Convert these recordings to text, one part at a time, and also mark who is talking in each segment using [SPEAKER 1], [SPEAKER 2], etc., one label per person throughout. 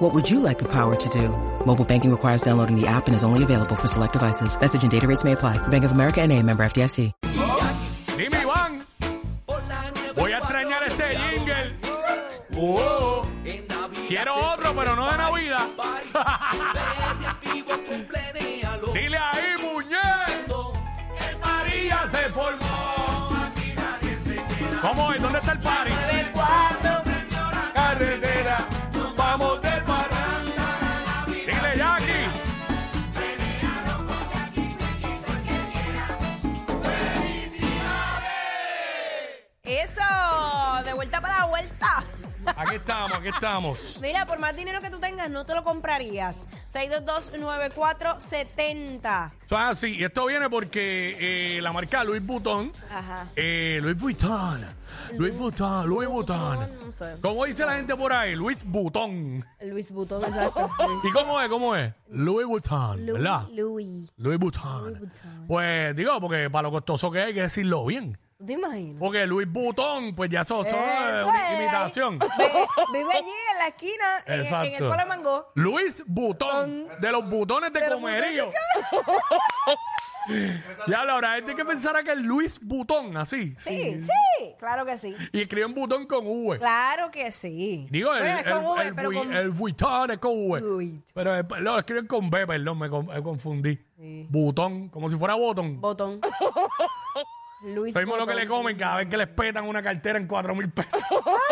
[SPEAKER 1] What would you like the power to do? Mobile banking requires downloading the app and is only available for select devices. Message and data rates may apply. Bank of America and a member FDIC.
[SPEAKER 2] Dime, Iván. Voy a extrañar este jingle. Oh. Quiero otro, pero no de Navidad. Dile ahí, muñeco. María se formó. ¿Cómo es? ¿Dónde está el party? Carretera. Vamos de parada. Dile, Jackie.
[SPEAKER 3] Eso, de vuelta para la vuelta.
[SPEAKER 2] Aquí estamos, aquí estamos.
[SPEAKER 3] Mira, por más dinero que tú tengas, no te lo comprarías. 6229470.
[SPEAKER 2] Eso es así. Y esto viene porque eh, la marca Louis Vuitton.
[SPEAKER 3] Ajá.
[SPEAKER 2] Eh, Louis Vuitton. Louis Vuitton, Louis Vuitton.
[SPEAKER 3] No sé.
[SPEAKER 2] ¿Cómo dice la gente por ahí? Louis Vuitton.
[SPEAKER 3] Luis Butón, exacto. Luis-
[SPEAKER 2] ¿Y cómo es? ¿Cómo es? Louis Vuitton, ¿verdad?
[SPEAKER 3] Louis.
[SPEAKER 2] Louis Vuitton. Pues digo, porque para lo costoso que es, hay que decirlo bien.
[SPEAKER 3] ¿Tú te imaginas?
[SPEAKER 2] Porque Louis Vuitton, pues ya eso, eso es
[SPEAKER 3] Eso
[SPEAKER 2] una
[SPEAKER 3] es.
[SPEAKER 2] imitación.
[SPEAKER 3] Ve- vive allí en la esquina, en,
[SPEAKER 2] Exacto.
[SPEAKER 3] en el Polo de Mango.
[SPEAKER 2] Luis Butón, de los butones de, comerío. ya la verdad, gente que pensara que es Luis Butón, así.
[SPEAKER 3] Sí, sí, claro que sí.
[SPEAKER 2] Y escribe un butón con V.
[SPEAKER 3] Claro que sí.
[SPEAKER 2] Digo, el,
[SPEAKER 3] Bueno, es con
[SPEAKER 2] el-
[SPEAKER 3] V,
[SPEAKER 2] el
[SPEAKER 3] pero
[SPEAKER 2] Bui-
[SPEAKER 3] con-
[SPEAKER 2] el Vuitton es con V.
[SPEAKER 3] Vuitton.
[SPEAKER 2] Pero eh, lo escriben con B, perdón, me, con- me confundí. Butón, como si fuera botón.
[SPEAKER 3] Botón. Luis
[SPEAKER 2] Sabemos lo que le comen cada vez que les petan una cartera en cuatro mil pesos.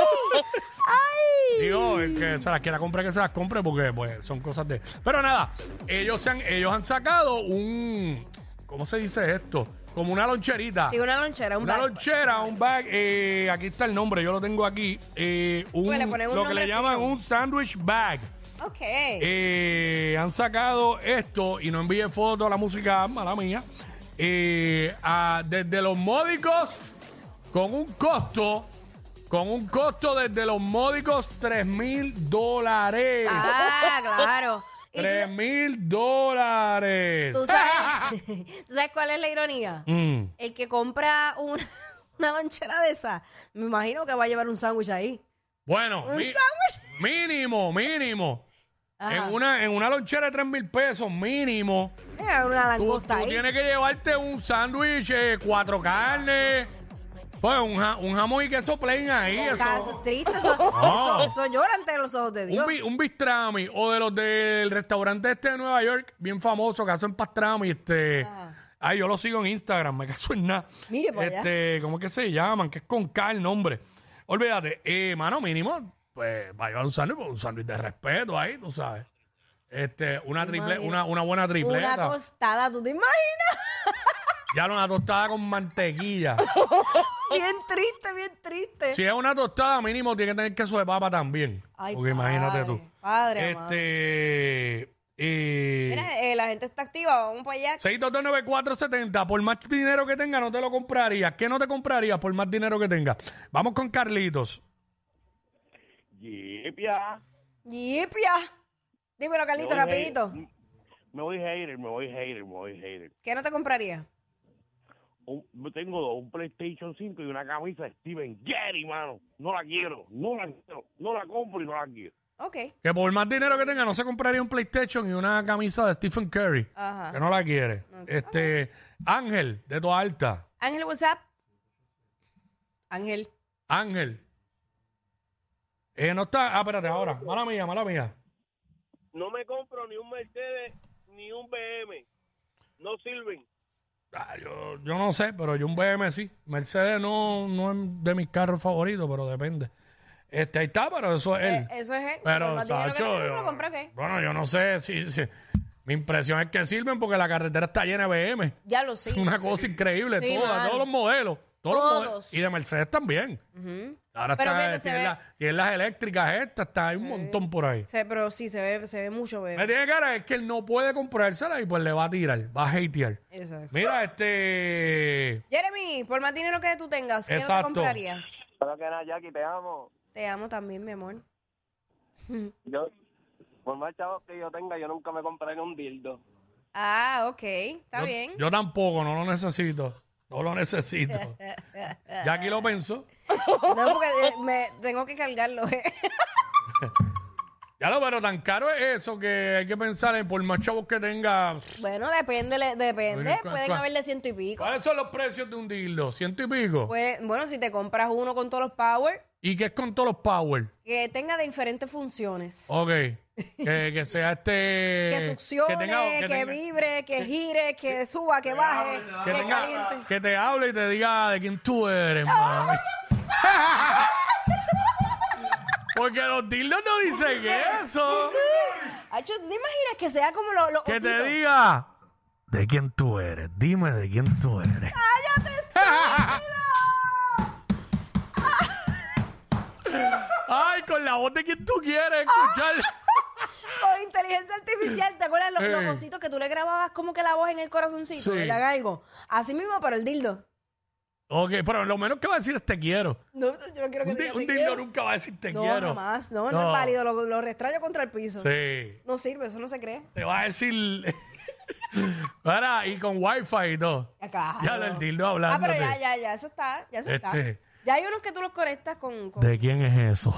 [SPEAKER 2] Digo, es que se las quiera comprar, que se las compre, porque pues son cosas de. Pero nada, ellos se han, ellos han sacado un. ¿Cómo se dice esto? Como una loncherita.
[SPEAKER 3] Sí, una lonchera, un
[SPEAKER 2] una
[SPEAKER 3] bag.
[SPEAKER 2] lonchera, un bag. eh, aquí está el nombre, yo lo tengo aquí. eh, un-
[SPEAKER 3] Pues le ponen un
[SPEAKER 2] lo que le
[SPEAKER 3] nombre
[SPEAKER 2] llaman
[SPEAKER 3] fino.
[SPEAKER 2] un sandwich bag.
[SPEAKER 3] Ok.
[SPEAKER 2] Eh, han sacado esto y no envié fotos a la música, mala mía. eh, a- desde los módicos, con un costo, con un costo desde los módicos, 3 mil dólares.
[SPEAKER 3] Ah, claro. Y tú-
[SPEAKER 2] 3 mil dólares.
[SPEAKER 3] ¿Tú sabes, ¿Tú sabes cuál es la ironía?
[SPEAKER 2] Mm.
[SPEAKER 3] El que compra una, una lonchera de esa, me imagino que va a llevar un sándwich ahí.
[SPEAKER 2] Bueno,
[SPEAKER 3] ¿Un
[SPEAKER 2] mi-
[SPEAKER 3] sándwich?
[SPEAKER 2] mínimo, mínimo.
[SPEAKER 3] Ajá.
[SPEAKER 2] En una, en una lonchera de 3 mil pesos, mínimo.
[SPEAKER 3] Eh, una
[SPEAKER 2] Tú,
[SPEAKER 3] langosta
[SPEAKER 2] tú
[SPEAKER 3] ahí.
[SPEAKER 2] tienes que llevarte un sándwich, eh, cuatro carnes, pues un, ja- un jamón y queso plain ahí,
[SPEAKER 3] O sea,
[SPEAKER 2] eso,
[SPEAKER 3] eso es triste, eso,
[SPEAKER 2] No.
[SPEAKER 3] eso- eso llora ante los ojos de Dios.
[SPEAKER 2] un, bi- un bistrami o de los del restaurante este de Nueva York, bien famoso, que hacen pastrami, este... Ay, yo lo sigo en Instagram, me caso en nada.
[SPEAKER 3] Ah. Mire para allá.
[SPEAKER 2] este, ¿Cómo es que se llaman? Que es con K el nombre. Olvídate, eh, mano mínimo, pues va a llevar un sándwich, pues, un sándwich de respeto ahí, tú sabes. Este, una triple, una, una buena tripleta.
[SPEAKER 3] una tostada, ¿tú te imaginas?
[SPEAKER 2] ya una tostada con mantequilla.
[SPEAKER 3] Bien triste, bien triste.
[SPEAKER 2] Si es una tostada, mínimo tiene que tener queso de papa también.
[SPEAKER 3] Ay,
[SPEAKER 2] porque imagínate tú.
[SPEAKER 3] padre, amado.
[SPEAKER 2] Este. Eh,
[SPEAKER 3] Mira, eh, la gente está activa, vamos para allá.
[SPEAKER 2] 6229470, por más dinero que tenga, no te lo comprarías. ¿Qué no te comprarías por más dinero que tenga? Vamos con Carlitos.
[SPEAKER 4] Yipia.
[SPEAKER 3] Yipia. Dímelo, Carlito,
[SPEAKER 4] Me voy
[SPEAKER 3] rapidito.
[SPEAKER 4] hater, Me voy hater, me voy hater, me voy hater.
[SPEAKER 3] ¿Qué no te compraría?
[SPEAKER 4] Un- yo tengo dos, un PlayStation 5 y una camisa de Steven Jerry, mano. No la quiero, no la quiero, no la compro y no la quiero.
[SPEAKER 3] Ok.
[SPEAKER 2] Que por más dinero que tenga, no se compraría un PlayStation y una camisa de Stephen Curry.
[SPEAKER 3] Ajá.
[SPEAKER 2] Que no la quiere. Este. Ángel, de tu alta.
[SPEAKER 3] Ángel, WhatsApp. Ángel.
[SPEAKER 2] Ángel. Eh, no está. Ah, espérate, ahora. Mala mía, mala mía.
[SPEAKER 4] No me compro ni un Mercedes ni un BM. No sirven.
[SPEAKER 2] Ah, yo, yo no sé, pero yo un BM sí. Mercedes no, no es de mis carros favoritos, pero depende. Este, ahí está, pero eso es él.
[SPEAKER 3] Eh, Eso es él. Por
[SPEAKER 2] pero,
[SPEAKER 3] más dinero que
[SPEAKER 2] Sacho,
[SPEAKER 3] tengas, se
[SPEAKER 2] yo-
[SPEAKER 3] lo compra, ¿qué?
[SPEAKER 2] bueno, yo no sé si, si- Mi impresión es que sirven porque la carretera está llena de BM.
[SPEAKER 3] Ya lo
[SPEAKER 2] Es
[SPEAKER 3] sí.
[SPEAKER 2] una cosa increíble,
[SPEAKER 3] Sí,
[SPEAKER 2] todas,
[SPEAKER 3] mano.
[SPEAKER 2] todos los modelos. Todos, Los
[SPEAKER 3] Todos.
[SPEAKER 2] modelos. Y de Mercedes también. Ahora
[SPEAKER 3] Pero
[SPEAKER 2] está,
[SPEAKER 3] fíjate, se
[SPEAKER 2] tienen,
[SPEAKER 3] ve-
[SPEAKER 2] la- tienen las eléctricas estas, está, hay un montón por ahí.
[SPEAKER 3] Se- pero sí, se ve, se ve mucho
[SPEAKER 2] Me
[SPEAKER 3] bebé.
[SPEAKER 2] tiene cara es que él no puede comprársela y pues le va a tirar, va a hatear.
[SPEAKER 3] Exacto.
[SPEAKER 2] Mira, este.
[SPEAKER 3] Jeremy, Jackie, por más dinero que tú tengas, ¿qué no te
[SPEAKER 2] Exacto.
[SPEAKER 3] comprarías?
[SPEAKER 5] Pero que nada, Jackie, te amo.
[SPEAKER 3] Te amo también, mi amor.
[SPEAKER 5] Yo, por más chavos que yo tenga, yo nunca me compraré un dildo.
[SPEAKER 3] Ah, ok, está
[SPEAKER 2] yo,
[SPEAKER 3] bien.
[SPEAKER 2] Yo tampoco, no lo necesito. No lo necesito. ya aquí lo pensó.
[SPEAKER 3] No, porque eh, me, tengo que cargarlo. eh.
[SPEAKER 2] Ya lo, pero tan caro es eso que hay que pensar en por más chavos que tenga.
[SPEAKER 3] bueno, depende, le- depende.
[SPEAKER 2] Oye, ¿cuál-
[SPEAKER 3] Pueden
[SPEAKER 2] cuál?
[SPEAKER 3] haberle ciento y pico.
[SPEAKER 2] ¿Cuáles son los precios de un dildo? ¿Ciento y pico?
[SPEAKER 3] Pues, bueno, si te compras uno con todos los power,
[SPEAKER 2] ¿Y qué es con todos los power?
[SPEAKER 3] que tenga de diferentes funciones.
[SPEAKER 2] Ok. que, que sea este.
[SPEAKER 3] Eh, que succione, que,
[SPEAKER 2] tenga- tenga-
[SPEAKER 3] vibre, que gire, que suba, que baje,
[SPEAKER 2] que
[SPEAKER 3] que,
[SPEAKER 2] tenga-
[SPEAKER 3] caliente.
[SPEAKER 2] que te hable y te diga de quién tú eres, mami. Porque los dildos no dicen eso.
[SPEAKER 3] Acho, ¿tú te imaginas que sea como los, los
[SPEAKER 2] Que te
[SPEAKER 3] ositos?
[SPEAKER 2] diga de quién tú eres. Dime de quién tú eres. Ay, con la voz de quien tú
[SPEAKER 3] Ah.
[SPEAKER 2] quieres escuchar.
[SPEAKER 3] Con inteligencia artificial, ¿te acuerdas los, los
[SPEAKER 2] Ey.
[SPEAKER 3] ositos que tú le grababas como que la voz en el corazoncito?
[SPEAKER 2] Eh. Sí.
[SPEAKER 3] Y Le haga algo. Así mismo, pero el dildo.
[SPEAKER 2] ok, pero lo menos que va a decir es te quiero.
[SPEAKER 3] No, yo no quiero que
[SPEAKER 2] Un, di-
[SPEAKER 3] te diga,
[SPEAKER 2] un
[SPEAKER 3] "Te
[SPEAKER 2] dildo
[SPEAKER 3] quiero".
[SPEAKER 2] nunca va a decir te
[SPEAKER 3] No,
[SPEAKER 2] quiero.
[SPEAKER 3] jamás. No, no,
[SPEAKER 2] No.
[SPEAKER 3] es válido. Lo, lo restrayo contra el piso.
[SPEAKER 2] Sí.
[SPEAKER 3] No sirve, eso no se cree.
[SPEAKER 2] Te va a decir. Ahora, y con wifi y todo.
[SPEAKER 3] Acá.
[SPEAKER 2] Ya, el dildo hablándote.
[SPEAKER 3] Ah, pero ya, ya, ya, eso está. Ya eso
[SPEAKER 2] Este.
[SPEAKER 3] está. Ya hay unos que tú los conectas con. con-
[SPEAKER 2] ¿De quién es eso?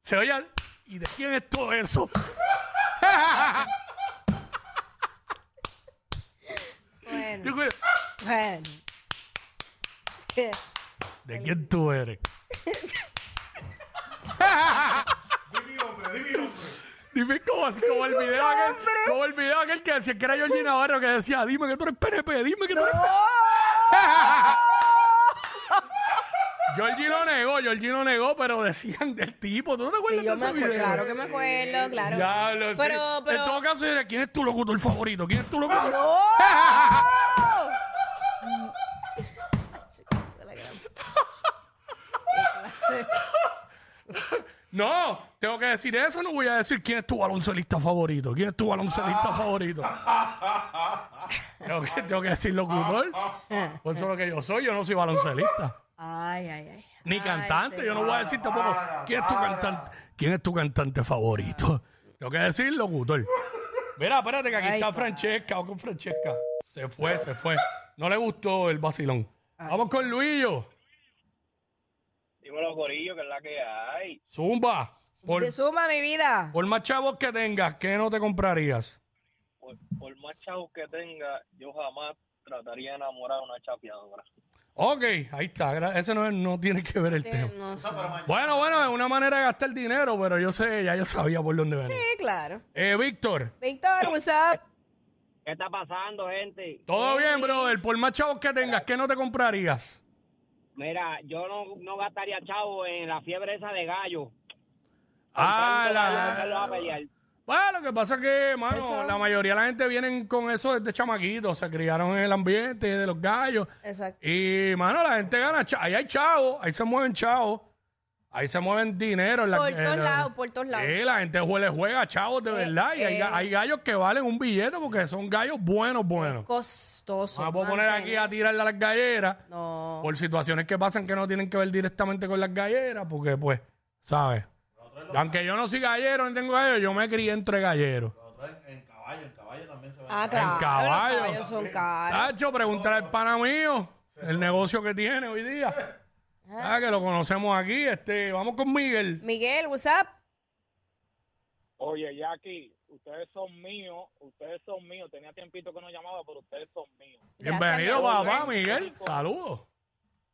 [SPEAKER 2] Se oye. ¿Y de quién es todo eso?
[SPEAKER 3] Bueno.
[SPEAKER 2] Yo creo-
[SPEAKER 3] bueno.
[SPEAKER 2] ¿De quién tú eres? Dime cómo, así como el video aquel, como el video aquel que decía que era Georgie Navarro que decía, dime que tú eres PNP, dime que tú eres PNP. Georgie lo negó, Georgie lo negó, pero decían del tipo, ¿tú no te acuerdas
[SPEAKER 3] Sí,
[SPEAKER 2] de
[SPEAKER 3] yo me
[SPEAKER 2] ese
[SPEAKER 3] acuerdo,
[SPEAKER 2] video?
[SPEAKER 3] claro que me acuerdo, claro.
[SPEAKER 2] Diablo, sí.
[SPEAKER 3] pero, pero.
[SPEAKER 2] En todo caso, era, ¿quién es tu locutor favorito? ¿Quién es tu locutor? No, tengo que decir eso, no voy a decir quién es tu baloncelista favorito, quién es tu baloncelista favorito. tengo, que, tengo que decir locutor. Por eso es lo que yo soy, yo no soy baloncelista.
[SPEAKER 3] Ay, ay, ay.
[SPEAKER 2] Ni cantante, yo no voy a decir tampoco quién es tu cantante, quién es tu cantante favorito. Tengo que decir locutor. Mira, espérate que aquí
[SPEAKER 3] Ay,
[SPEAKER 2] está
[SPEAKER 3] papá.
[SPEAKER 2] Francesca, vamos con Francesca. Se fue, se fue. No le gustó el vacilón. Vamos con Luillo.
[SPEAKER 5] Dímelo, Corillo, que es la que hay.
[SPEAKER 2] Zumba. Por,
[SPEAKER 3] Te suma mi vida.
[SPEAKER 2] por más chavos que tengas, ¿qué no te comprarías?
[SPEAKER 5] Por, por más chavos que tenga, yo jamás trataría de enamorar a una chapeadora.
[SPEAKER 2] Ok, ahí está. gra- Ese no, es- no tiene que ver el tema.
[SPEAKER 3] No sé.
[SPEAKER 2] Bueno, bueno, es una manera de gastar dinero, pero yo sé, ya yo sabía por dónde venía.
[SPEAKER 3] Sí, claro.
[SPEAKER 2] Eh, Víctor,
[SPEAKER 3] Víctor, what's up?
[SPEAKER 5] ¿Qué está pasando, gente?
[SPEAKER 2] todo bien, brother. Por más chavos que tengas, ¿qué no te comprarías?
[SPEAKER 5] Mira, yo no, no gastaría chavo en la fiebre esa de gallo.
[SPEAKER 2] Ah,
[SPEAKER 5] Yo
[SPEAKER 2] la...
[SPEAKER 5] lo voy a pelear.
[SPEAKER 2] Bueno, lo que pasa es que, mano,
[SPEAKER 3] Eso.
[SPEAKER 2] la mayoría de la gente vienen con eso desde chamaquitos. Se criaron en el ambiente de los gallos.
[SPEAKER 3] Exacto.
[SPEAKER 2] Y, mano, la gente gana. cha- Ahí hay chavos, ahí se mueven chavos. Ahí se mueven dinero. en la-
[SPEAKER 3] Por
[SPEAKER 2] en
[SPEAKER 3] todos
[SPEAKER 2] la-
[SPEAKER 3] lados, por todos lados.
[SPEAKER 2] Sí, la gente juega, le juega chavos de verdad. y hay, ga-
[SPEAKER 3] eh.
[SPEAKER 2] hay gallos que valen un billete porque son gallos buenos, buenos.
[SPEAKER 3] Costoso.
[SPEAKER 2] Vamos a poner aquí a tirarle a las galleras
[SPEAKER 3] No.
[SPEAKER 2] por situaciones que pasan que no tienen que ver directamente con las galleras, porque, pues, ¿sabes? Aunque yo no soy gallero, ni tengo gallero, yo me crié entre galleros.
[SPEAKER 3] Ah, claro.
[SPEAKER 2] caballo.
[SPEAKER 3] Los caballos son caros.
[SPEAKER 2] Tacho, preguntar al pana mío el negocio que tiene hoy día. Ah, que lo conocemos aquí. Este, vamos con Miguel.
[SPEAKER 3] Miguel, what's up?
[SPEAKER 6] Oye, Jackie, ustedes son míos, ustedes son míos. Tenía tiempito que no llamaba, pero ustedes son míos.
[SPEAKER 3] Gracias,
[SPEAKER 2] Bienvenido,
[SPEAKER 3] mi amor.
[SPEAKER 2] papá, Miguel. Saludos.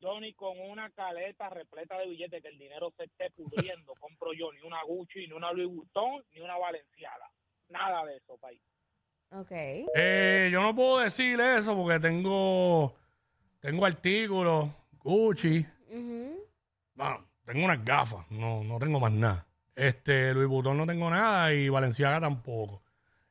[SPEAKER 6] Johnny, con una caleta repleta de billetes que el dinero se esté pudriendo, compro yo ni una Gucci, ni una Louis Vuitton, ni una Valenciana. Nada de eso, país.
[SPEAKER 3] Ok.
[SPEAKER 2] Eh, yo no puedo decir eso porque tengo, tengo artículos, Gucci.
[SPEAKER 3] Ujú.
[SPEAKER 2] Bueno, tengo unas gafas, no, no tengo más nada. Este, Luis Butón no tengo nada y Valenciaga tampoco.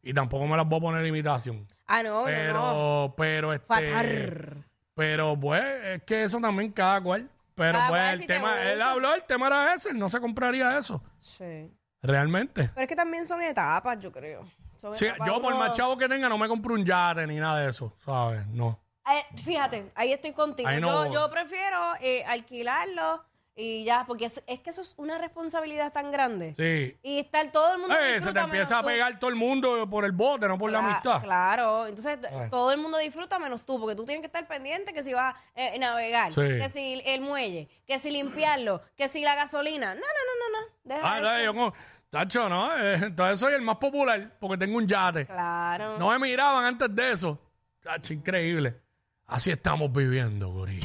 [SPEAKER 2] Y tampoco me las voy a poner en imitación.
[SPEAKER 3] Ah, no,
[SPEAKER 2] pero,
[SPEAKER 3] no, no.
[SPEAKER 2] pero este.
[SPEAKER 3] Fatar.
[SPEAKER 2] Pero pues, es que eso también cada cual. Pero
[SPEAKER 3] Cada
[SPEAKER 2] pues
[SPEAKER 3] cual,
[SPEAKER 2] el
[SPEAKER 3] si te
[SPEAKER 2] tema, él
[SPEAKER 3] gusta.
[SPEAKER 2] habló, el tema era ese, él no se compraría eso,
[SPEAKER 3] Sí.
[SPEAKER 2] realmente.
[SPEAKER 3] Pero es que también son etapas, yo creo. Son
[SPEAKER 2] Sí,
[SPEAKER 3] etapas
[SPEAKER 2] yo por
[SPEAKER 3] uno-
[SPEAKER 2] más chavo que tenga no me compro un yate ni nada de eso, ¿sabes? No.
[SPEAKER 3] Eh, fíjate, ahí estoy contigo.
[SPEAKER 2] Ahí no-
[SPEAKER 3] yo, yo prefiero eh, alquilarlo y ya, porque es, es que eso es una responsabilidad tan grande.
[SPEAKER 2] Sí.
[SPEAKER 3] Y estar todo el mundo.
[SPEAKER 2] Eh, se te
[SPEAKER 3] disfruta
[SPEAKER 2] empieza a
[SPEAKER 3] menos tú.
[SPEAKER 2] pegar todo el mundo por el bote, no por la
[SPEAKER 3] Cla-
[SPEAKER 2] amistad.
[SPEAKER 3] Ah, Claro, entonces
[SPEAKER 2] Ay.
[SPEAKER 3] todo el mundo disfruta menos tú, porque tú tienes que estar pendiente que si vas a eh, navegar,
[SPEAKER 2] Sí.
[SPEAKER 3] que si el muelle, que si limpiarlo, que si la gasolina. No, no, no, no, no. Deja
[SPEAKER 2] Ah, no,
[SPEAKER 3] eso.
[SPEAKER 2] yo como, tacho, ¿no? Eh, Entonces soy el más popular porque tengo un yate.
[SPEAKER 3] Claro.
[SPEAKER 2] No me miraban antes de eso. Tacho, increíble. Así estamos viviendo, Guri.